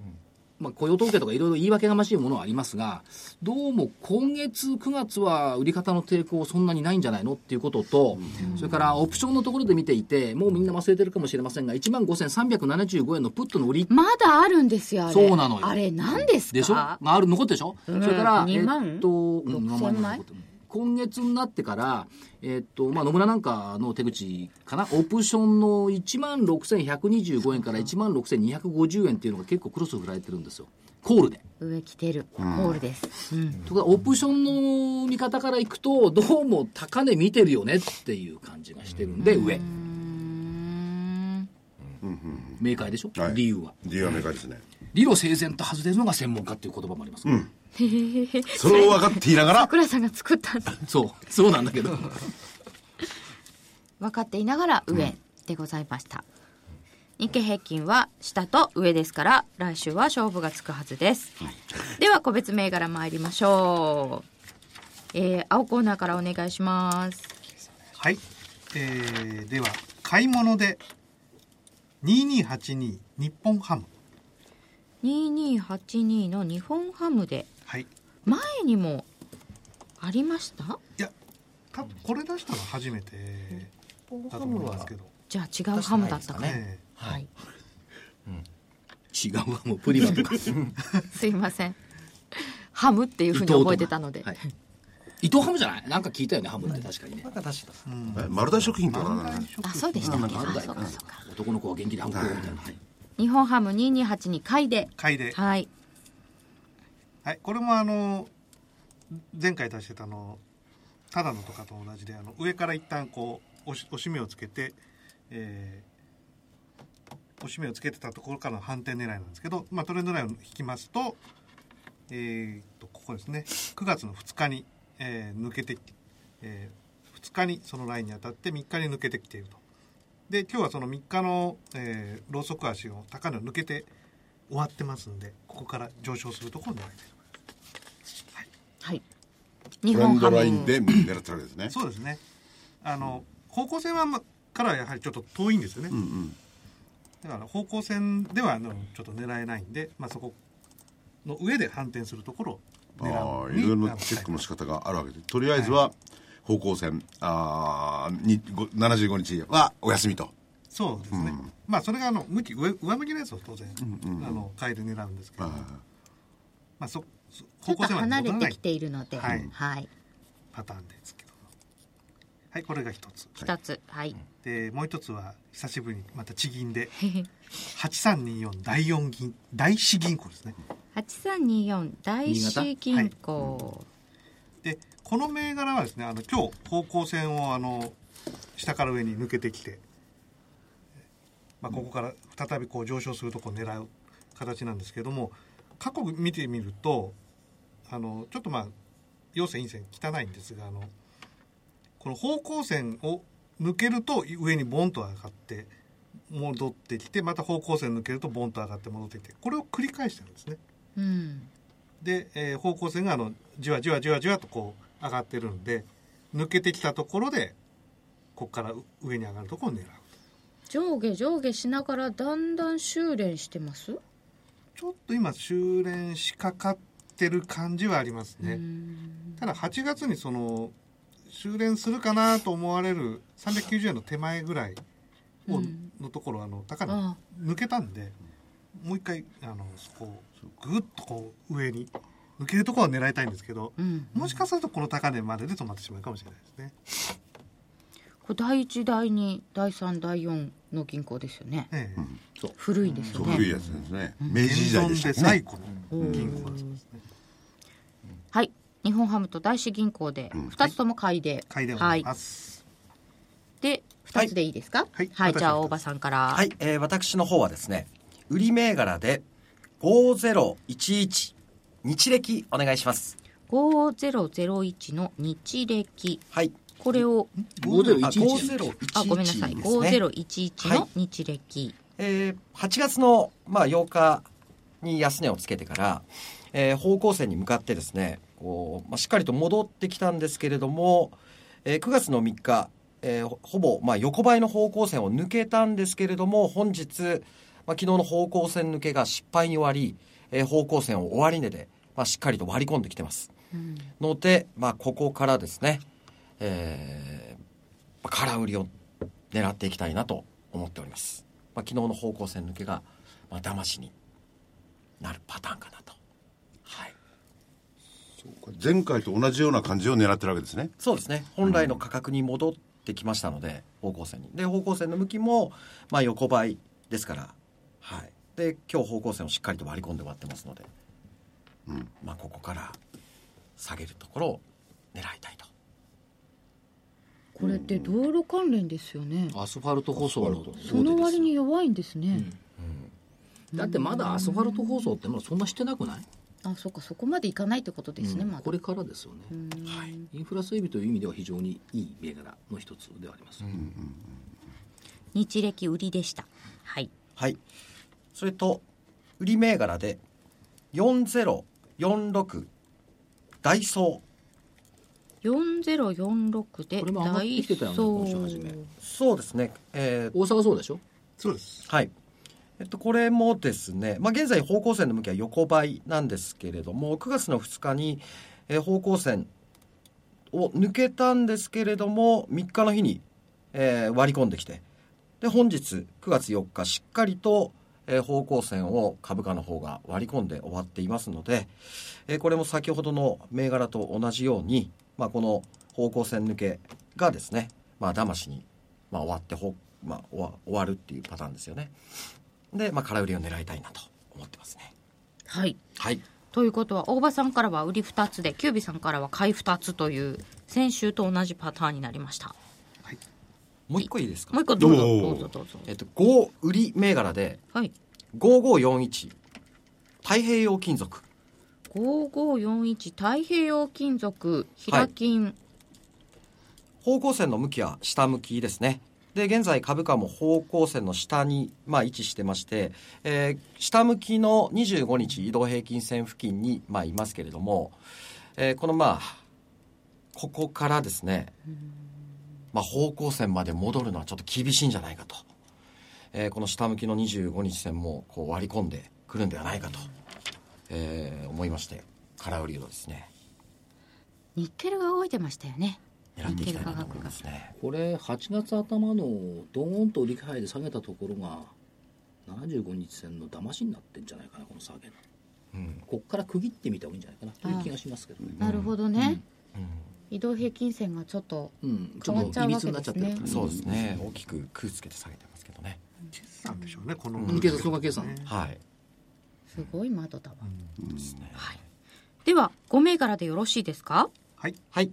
まあ、雇用統計とかいろいろ言い訳がましいものはありますが、どうも今月、9月は売り方の抵抗、そんなにないんじゃないのっていうことと、それからオプションのところで見ていて、もうみんな忘れてるかもしれませんが、1万5375円のプットの売り
まだあるんですよあれ
そうなのよ
あれ何ですか
でしょがある残ってるでしょ、
うん
それから、
2万
えっと、うん
6000
2万
枚
残ってる今月になってから、えっと、まあ、野村なんかの手口かな、オプションの16,125円から16,250円っていうのが結構クロス振られてるんですよ。コールで。
上来てる、コールです。
とか、オプションの見方からいくと、どうも高値見てるよねっていう感じがしてるんで、上。明快でしょ、
はい
理由は。
理由は明確ですね。
理路整然と外れるのが専門家っていう言葉もありますから、
それを分かっていながら、
桜井さんが作ったんだ。
そう、そうなんだけど。
分かっていながら上でございました、日経平均は下と上ですから来週は勝負がつくはずです、では個別銘柄参りましょう、えー、青コーナーからお願いします
はい、えー、では買い物で2282日本ハム
2282の日本ハムで
はいい
前にもありました
や多分これ出したのは初めてだと思いますけど、
じゃあ違うハムだったか
確かに
え
はい、
違うわ、もうプリマとか。
すいませんハムっていうふうに覚えてたので、
伊藤とかはい伊藤ハムじゃないなんか聞いたよね、ハムって確かにね
な。んか出してた
えうん
え丸大食品とかだね。
あそうでしたっけあ
なんだよ
そうかそうか
男の子は元気でハム食おうみたいな。はい
日本ハム2282回で
買いで、
はい
はい、これもあの前回出してたあのただのとかと同じであの上から一旦こうおしおしめをつけて、えーおしめをつけてたところからの反転狙いなんですけど、まあ、トレンドラインを引きますと,、えー、とここですね9月の2日に、えー抜けてき、え2日にそのラインに当たって3日に抜けてきていると。で今日はその3日の、えー、ロウソク足を高値を抜けて終わってますんでここから上昇するところを狙いたいと思います。
はい
ト
日
レ
本
ン
ハ
ド
ム
ラインで狙ってるわけですね。
そうですね。あの方向線はまからはやはりちょっと遠いんですよね。
うんうん。
だから方向線ではあのちょっと狙えないんで、まあそこの上で反転するところを狙
あ
う
あ
に
いろいろなチェックの仕方があるわけでとりあえずは方向線、ああにご75日はお休みと
そうですね。まあそれがあの向き上上向きのやつを当然、あの買いで狙うんですけど、ま
あ
あそそ
ちょ
方
っと
向線は
離
戻
れ
らな
て
い
きているので、
はい
はい。
パターンですけど。はいこれが一つ。
2つはい、
でもう一つは久しぶりにまた地銀で八三二四第四銀第四銀行ですね。
8324大
新
師銀行、
でこの銘柄はですねあの今日方向線をあの下から上に抜けてきて、まあ、ここから再びこう上昇するとこを狙う形なんですけども過去見てみるとあのちょっとまあ陽線陰線汚いんですがあのこの方向線を抜けると上にボンと上がって戻ってきてまた方向線抜けるとボンと上がって戻ってきてこれを繰り返してるんですね。
うん
で、えー方向性があのじわじわじわじわとこう上がってるんで抜けてきたところでここからう上に上がるところを狙う
上下上下しながらだんだん修練してます、
ちょっと今修練しかかってる感じはありますね、
うん
ただ8月にその修練するかなと思われる390円の手前ぐらいを、
うん
のところあの高値
あ
抜けたんでもう一回あのそこをぐっとこう上に抜けるところを狙いたいんですけど
うん、
もしかするとこの高値までで止まってしまうかもしれないですね。
これ第1第2第3第4の銀行ですよね
ええ
古いです
そう
よ
古い
ね
やつですね、明治時代でしたっけ
現
ね
存最古の銀行だそうですね。
はい日本ハムと大師銀行で2つとも買いで、
買いでお
は
願い
い
します。
で2つでいいですか
はい
じゃあ大場さんから
はい、えー私の方はですね売り銘柄で5011日暦お願いします
5001の日暦
はい
これを
5011
あ5011
あごめんなさい
ですね
5011の日暦、
えー8月の、まあ、8日に安値をつけてから、えー方向線に向かってですねこう、まあ、しっかりと戻ってきたんですけれども、えー9月の3日、えーほほぼ、まあ、横ばいの方向線を抜けたんですけれども本日、まあ、昨日の方向線抜けが失敗に終わり、えー方向線を終値で、まあ、しっかりと割り込んできてます。ので、まあ、ここからですね、えー、空売りを狙っていきたいなと思っております、まあ、昨日の方向線抜けが、まあ、騙しになるパターンかなとはい
そうか前回と同じような感じを狙ってるわけですね。
そうですね本来の価格に戻ってきましたので、方向線にで方向線の向きも、まあ、横ばいですから、はい、で今日方向線をしっかりと割り込んで割ってますので、
うん
まあ、ここから下げるところを狙いたいと
これって道路関連ですよね
アスファルト舗装の
その割に弱いんですね、
だってまだアスファルト舗装ってまだそんなしてなくない
あそっかそこまでいかないってことですね、
うん
まだ
これからですよね、インフラ整備という意味では非常にいい銘柄の一つではあります、
日暦売りでした
はい
はいそれと売り銘柄で4046ダイソー
4046で
これも上がってきてたよね
ダイソー
今週初め
そうですねえー
大阪そうでしょ
そうです
はい。えっと、これもですね、まあ、現在方向線の向きは横ばいなんですけれども9月の2日にえー方向線を抜けたんですけれども3日の日に、えー割り込んできてで本日9月4日しっかりと、えー方向線を株価の方が割り込んで終わっていますので、えーこれも先ほどの銘柄と同じように、まあ、この方向線抜けがですね、まあ、騙しに、まあ、終わってほ、まあ、終わ終わるっていうパターンですよねで、まあ、空売りを狙いたいなと思ってますね
はい
はい
ということは大場さんからは売り2つでキュービさんからは買い2つという先週と同じパターンになりました
もう一個いいですか
もう一個どうぞ
おー
どうぞどうぞ
えっと5売り銘柄で
はい
5541太平洋金属
5541太平洋金属平金、
方向線の向きは下向きですねで現在株価も方向線の下に、まあ、位置してまして、えー下向きの25日移動平均線付近に、まあ、いますけれども、えーこのまあここからですね、まあ、方向線まで戻るのはちょっと厳しいんじゃないかと、えーこの下向きの25日線もこう割り込んでくるんではないかと、えー思いまして空売りをですね
ニッケルが動いてましたよね
狙っていきたいなと思いますね。
これ8月頭のドーンと売り買いで下げたところが75日線の騙しになってんじゃないかなこの下げの
うん
こっから区切ってみた方がいいんじゃないかなという気がしますけどね
なるほどね、
うん
移動平均線がちょっと
うんち
変
ょ
わ
っ
っち
と
ゃ
いうび
わ
つ
け
になっち
で
ゃ
す
ってる
ね
そうですね大きく空つけて下げてますけどね
なんでしょうねこの
うん
計算総合計算
はい
すごい窓だわ、
ですね
はいでは5銘柄でよろしいですか
はい
はい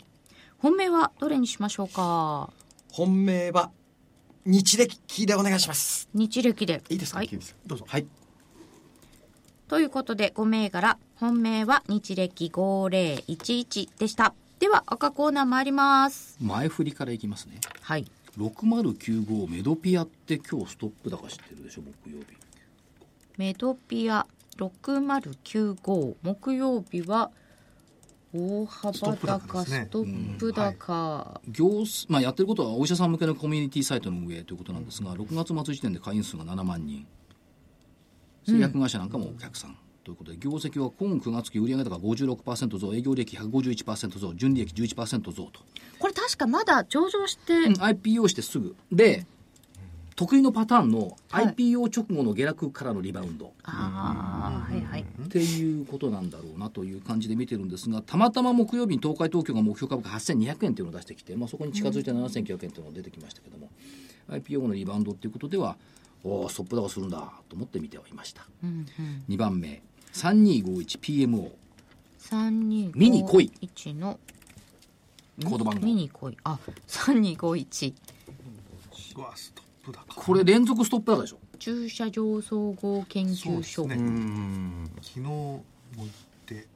本命はどれにしましょうか
本命は日暦でお願いします
日暦で
いいですか、
はい
キウイさん
どうぞ
はい
ということで5銘柄本命は日暦5011でしたでは赤コーナー参ります
前振りからいきますね
はい
6095メドピアって今日ストップ高知ってるでしょ木曜日
メドピア6095木曜日は大幅高ス
ス
ト
ト
ップ高
行すまあ、やってることはお医者さん向けのコミュニティサイトの運営ということなんですが、6月末時点で会員数が7万人製薬会社なんかもお客さん、ということで業績は今9月期売上高56%増営業利益151%増純利益11%増と、
これ確かまだ上場して、
IPO してすぐで得意のパターンの
はい
IPO 直後の下落からのリバウンド、
ああはいはい
っていうことなんだろうなという感じで見てるんですがたまたま木曜日に東海東京が目標株価8200円っていうのを出してきて、まあ、そこに近づいて7900円っていうのが出てきましたけども、IPO のリバウンドっていうことではおおストップ高するんだと思って見てはいました、2番目 3251PMO
3251
見に来い
の
コード番
見
号
に来いあ3251
うわストップだか
これ連続ストップ高でしょ
駐車場総合研究所、
そうです
う
ね
ん
昨日も行って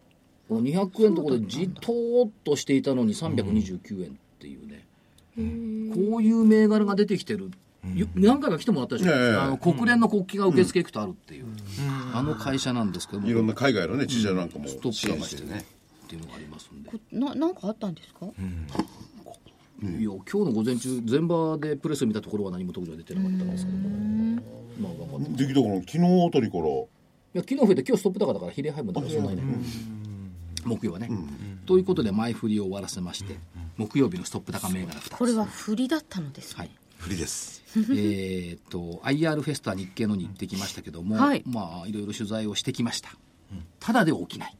この200円のところでじとーっとしていたのに329円っていうね、こういう銘柄が出てきてる、よ何回か来てもらったでしょ、
ええ
あの国連の国旗が受付行くとあるっていう、あの会社なんですけども
いろんな海外のね、知事なんかも
ストッ
支
プ
援
高
し
してて
ね
ね。っていうのがありますんで、
こななんかあったんですか
いや今日の午前中前場でプレス見たところは何も特徴は出てなかったんですけどもまあ頑張ってい
できたから昨日あたりから
や昨日増えて今日ストップ高だから比例配分だからそんなにね、木曜はね、ということで前振りを終わらせまして、木曜日のストップ高銘柄2つ
これは振りだったのですね、
はい
不利です。
えーっと IR フェスタ日経のに行ってきましたけども、
はい
まあいろいろ取材をしてきました、ただでは起きない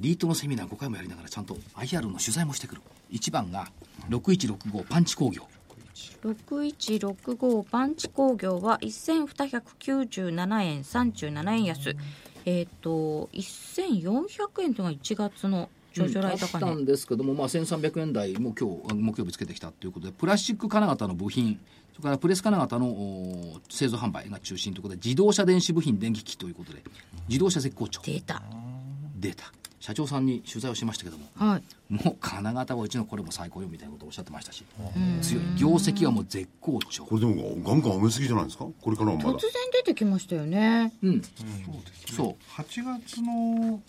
リートのセミナー5回もやりながらちゃんと IR の取材もしてくる1番が6165パンチ工業
6165パンチ工業は1297円37円安えっ、と1400円というのが1月の上場来高
だった
値、
んですけども、まあ、1300円台も今日あ木曜日つけてきたということでプラスチック金型の部品それからプレス金型のおー製造販売が中心ということで自動車電子部品電気機器ということで自動車絶好調
出た
データ社長さんに取材をしましたけども
はい
もう金型はうちのこれも最高よみたいなことをおっしゃってましたし強い業績はもう絶好調
これでもガンガン上げすぎじゃないですかこれからもまだ
突然出てきましたよね
うん
そうです
そ
ね8月の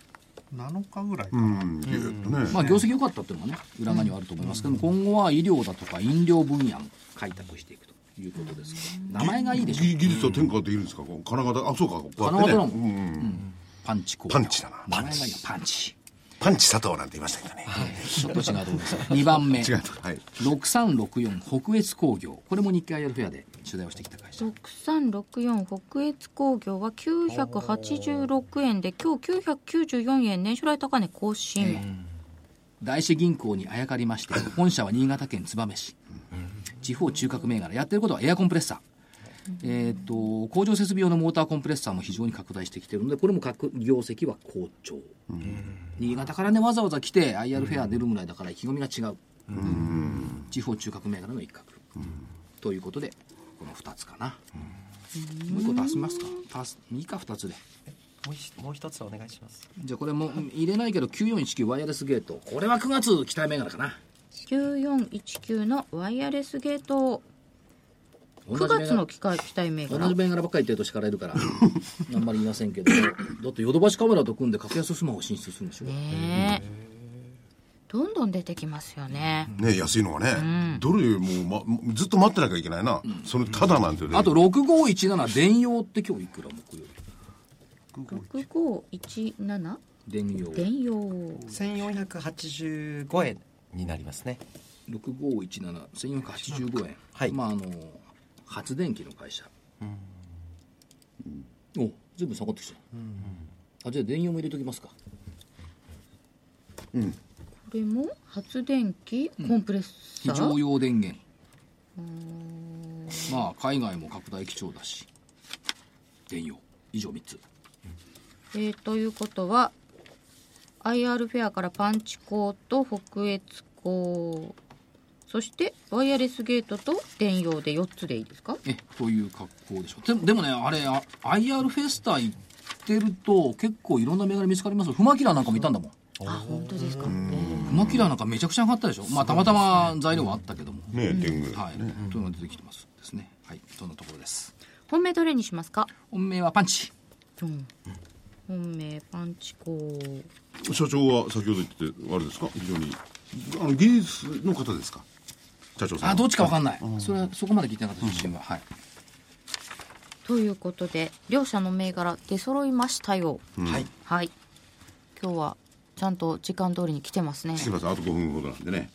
7日ぐらいか
う
な、
んぎゅっとね、
まあ、業績良かったっていうのがね裏側にはあると思いますけども、今後は医療だとか飲料分野も開拓していくということですから名前がいいでしょ
ぎ技術を転換できるんですかこう金型あそうかこうや
金
って
型の
ねうん
パンチ工業
パンチだな
名前がいいよパンチ
パンチ佐藤なんて言いましたけどね、
ちょっと違うと思います2番目
違うとはい
6364北越工業これも日経 IR フェアで取材をしてきた会社
6364北越工業は986円で今日994円年初来高値更新、
大師銀行にあやかりまして本社は新潟県燕市地方中核銘柄やってることはエアコンプレッサーえー、と工場設備用のモーターコンプレッサーも非常に拡大してきてるのでこれも各業績は好調、新潟からねわざわざ来て IR フェア出るぐらいだから意気込みが違う、地方中核銘柄の一角、ということでこの2つかな、もう一個出しますかパスいいか2つで
もう一もう一つお願いします
じゃあこれも入れないけど9419ワイヤレスゲートこれは9月期待銘柄かな
9419のワイヤレスゲート
同じ銘
9
柄
月の機械機体銘
同
柄
じ銘柄ばっかり言ってると叱られる からあんまり言いませんけどだってヨドバシカメラと組んで格安スマホ進出するんでしょ、
ねえどんどん出てきますよね、
ね安いのはね、どれよりも、ま、ずっと待ってなきゃいけないな、それただなんてね
あと6517電用って今日いくら木曜日
6517
電用
電用
1485円になりますね
65171485円、
はい
まああの発電機の会社、お全部下がってきた、あじゃあ電用も入れときますか
これも発電機コンプレッサ
非
ー、
常用電源まあ海外も拡大基調だし電用以上3つ
えーということは IR フェアからパンチ工と北越工そしてワイヤレスゲートと電用で4つでいいですか
えという格好でしょでもでもねあれあ IR フェスタ行ってると結構いろんな銘柄見つかりますよフマキラなんかもいたんだもん
あ本当ですか
フマキラなんかめちゃくちゃ上がったでしょまあたまたま材料はあったけども、
ね天狗、
はい、というのが出てきてますですねはいそんなところです
本命どれにしますか
本命はパンチ
うん本命パンチ工
社長は先ほど言っててあれですか非常にあの技術の方ですか社長さん
あどっちかわかん
い
ない、それはそこまで聞いてなかった出身は、はい
ということで両者の銘柄出揃いましたよ、
はい
はい今日はちゃんと時間通りに来てますね
すいませんあと5分ほどなんでね、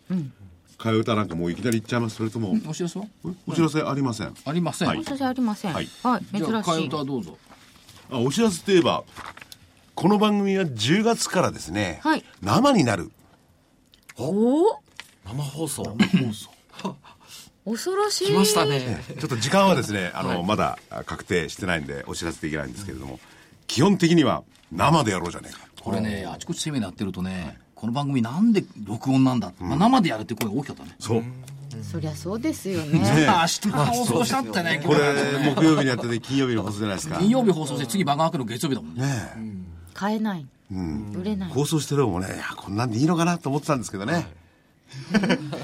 替え歌なんかもういきなり行っちゃいますそれとも、
お知らせは
お知らせありません、
ありません、
はい
申しありませんは
はいい、
じゃあ
珍
替
し
え
い
歌どうぞ
あお知らせといえばこの番組は10月からですね、
はい
生になる
おお
生放送
恐ろしい
来ましたね
ちょっと時間はですね、あの、まだあ確定してないんで、お知らせできないんですけれども、基本的には生でやろうじゃねえか。
これねあちこちセミナーやってるとね、この番組なんで録音なんだ、まあ、生でやるって声が大きかったね、
そう。
そりゃそうですよ ね
ね
あ明日放送したってね
これ、木曜日にやってて、金曜日の放送じゃないですか。
金曜日放送して次番組開くの月曜日だもんね
ねえ
買えない、売れない
放送してる方もね、いや、こんなんでいいのかなと思ってたんですけどね。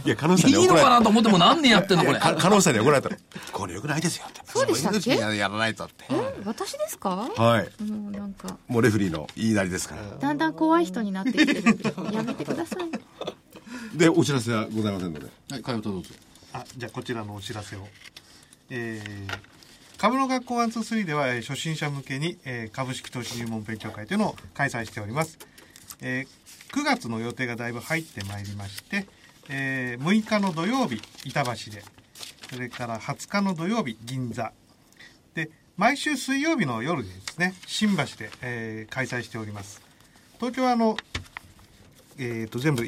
いや、加納さんに
いいの
怒られ
か
た。
なと思っても何年やってんのこれ
か加納さんに怒られたの。これよくないですよって。
そうでしたっけ
いのうちにやらないとって。
私ですか
はい。
もうなんか
もうレフェリーの言いなりですから。
だんだん怖い人になってきてるんでやめてください
で、お知らせはございませんので。
はい会話とどうぞ
あじゃあこちらのお知らせを、えー株の学校ワンツースリーでは、えー初心者向けに、えー株式投資入門勉強会というのを開催しております、えー9月の予定がだいぶ入ってまいりまして、えー6日の土曜日板橋でそれから20日の土曜日銀座で毎週水曜日の夜ですね新橋で、えー開催しております東京はあの、えー、と全部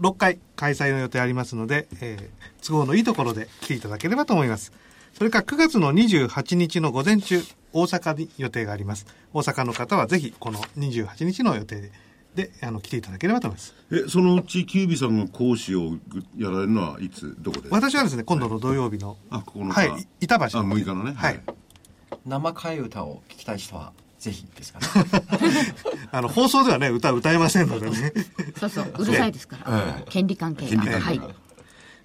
12345回開催の予定ありますので、えー都合のいいところで来ていただければと思いますそれから9月の28日の午前中大阪に予定があります大阪の方はぜひこの28日の予定でであの来ていただければと思います
えそのうちキュービさんが講師をぐやられるのはいつどこで
私はですね今度の土曜日の、
あここの
はい
あ
い板橋
あ
の
6日のね
はい
生替え歌を聞きたい人はぜひですかね
あの放送ではね歌歌えませんのでね
そうそう、うるさいですから。権利関係
権
が。
利関
は
係
い
が。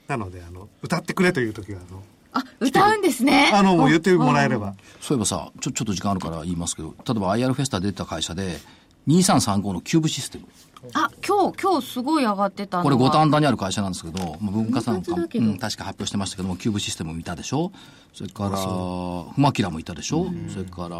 なのであの歌ってくれという時はあの
あ、歌うんですね。
あのもう言ってもらえれば
そういえばさちょちょっと時間あるから言いますけど例えば IR フェスタ出た会社で2335のキューブシステム
あ、今日、今日すごい上がってたの
これ
が
五反田にある会社なんですけど、まあ、文化産
分
か、
割
う
だけど
ん、確か発表してましたけどもキューブシステムもいたでしょそれからフマキラもいたでしょそれから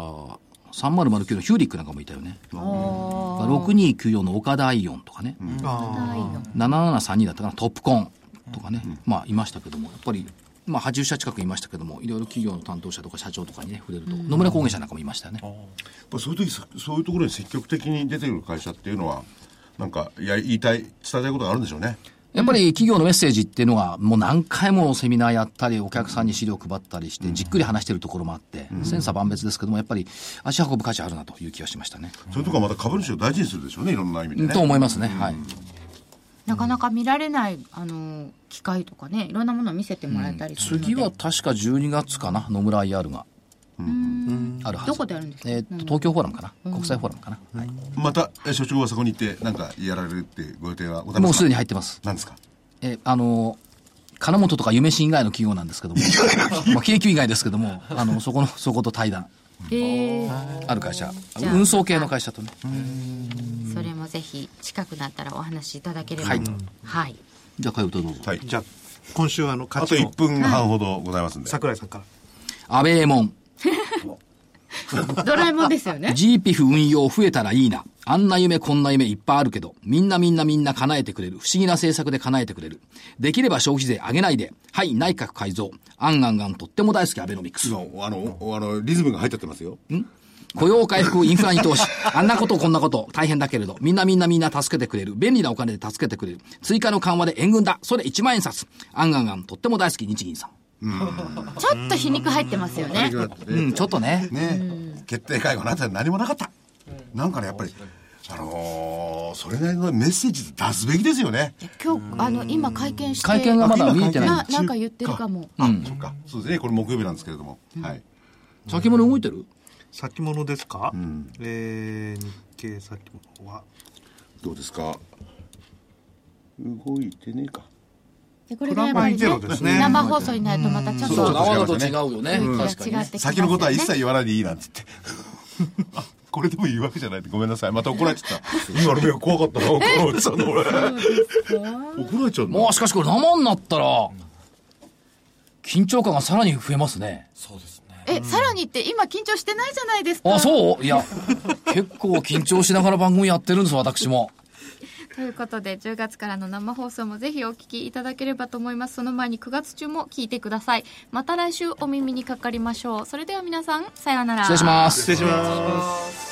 3009のヒューリックなんかもいたよね
あー
6294の岡田アイオンとかね、
あ
7732だったかなトップコンとかね、まあいましたけどもやっぱり、まあ、80社近くいましたけどもいろいろ企業の担当者とか社長とかにね触れると、野村工芸者なんかもいましたよね、
やっぱそういう時そそういうところに積極的に出てくる会社っていうのはなんかや言いたい伝えたいことがあるんでしょうね
やっぱり企業のメッセージっていうのがもう何回もセミナーやったりお客さんに資料配ったりしてじっくり話してるところもあって、千差万別ですけどもやっぱり足運ぶ価値あるなという気がしましたね。
そういうところはまた株主を大事にするでしょうねいろんな意味でね
と思いますね。はい。
なかなか見られない、あの、機会とかね、いろんなものを見せてもらえたりするので。
次は確か12月かな野村 IR があるはず。
どこでやるんですか
えーっと東京フォーラムかな、国際フォーラムかな。はい
またえ所長はそこに行ってなんかやられるっていうご予定はござい
も
ま
う
すか
すでに入ってます。
何ですか
えーあのー金本とか夢新以外の企業なんですけども、まあ、京急以外ですけども、あの、そこの、そこと対談、
へえ
ある会社、
じゃあ
運送系の会社とね。
それもぜひ近くなったらお話しいただければ
はい
はい、
じゃあ、かよとどうぞ。
はい
ーじゃあ今週はあの
あ
勝
と
ち
1
の
分半ほどございますんで、
桜井さんから
安倍右衛門、
ドラえもんですよね
GPF 運用増えたらいいな。あんな夢こんな夢いっぱいあるけど、みんなみんなみんな叶えてくれる。不思議な政策で叶えてくれる。できれば消費税上げないで。はい、内閣改造。あんあんあんとっても大好きアベノミクス。
のあのおあのリズムが入っちゃってますよ
雇用回復、インフラに投資。あんなことこんなこと大変だけれど、みんなみんなみんな助けてくれる。便利なお金で助けてくれる。追加の緩和で援軍だ。それ1万円札。あんあんあんとっても大好き日銀さん。
ちょっと皮肉入ってますよね
うん、ちょっとね。
ね決定会合の後に何もなかったなんかねやっぱりあのーそれなりのメッセージ出すべきですよね
今日あの今会見して
会見がまだ見えてない。
ななんか言ってるかも
あ、そっかそうですねこれ木曜日なんですけれども、はい
先物動いてる
先物ですか、えー日経先物は
どうですか動いてねえか
でこれ
プ
がや
ラ
っ
マ
ぱ
イ
り
ゼ
ね
ロですね
生放送になるとまたちょっと
そうそう
生だと違うよね。
雰囲
確
気
かに
が違
ね
っ。てきます
先
よ
のことは一
ね
切言わないでいいなんて言って あこれでも言うわけじゃないってごめんなさ いまた怒られちゃった今の目が怖かったな怒られちゃうの俺 怒られちゃう
も
の
うしかしこれ生になったら、緊張感がさらに増えますね。
そうですね
えさらにって今緊張してないじゃないですか
あ、そういや、結構緊張しながら番組やってるんです、私も。
ということで10月からの生放送もぜひお聞きいただければと思いますその前に9月中も聞いてくださいまた来週お耳にかかりましょうそれでは皆さんさようなら
失礼します。
失礼します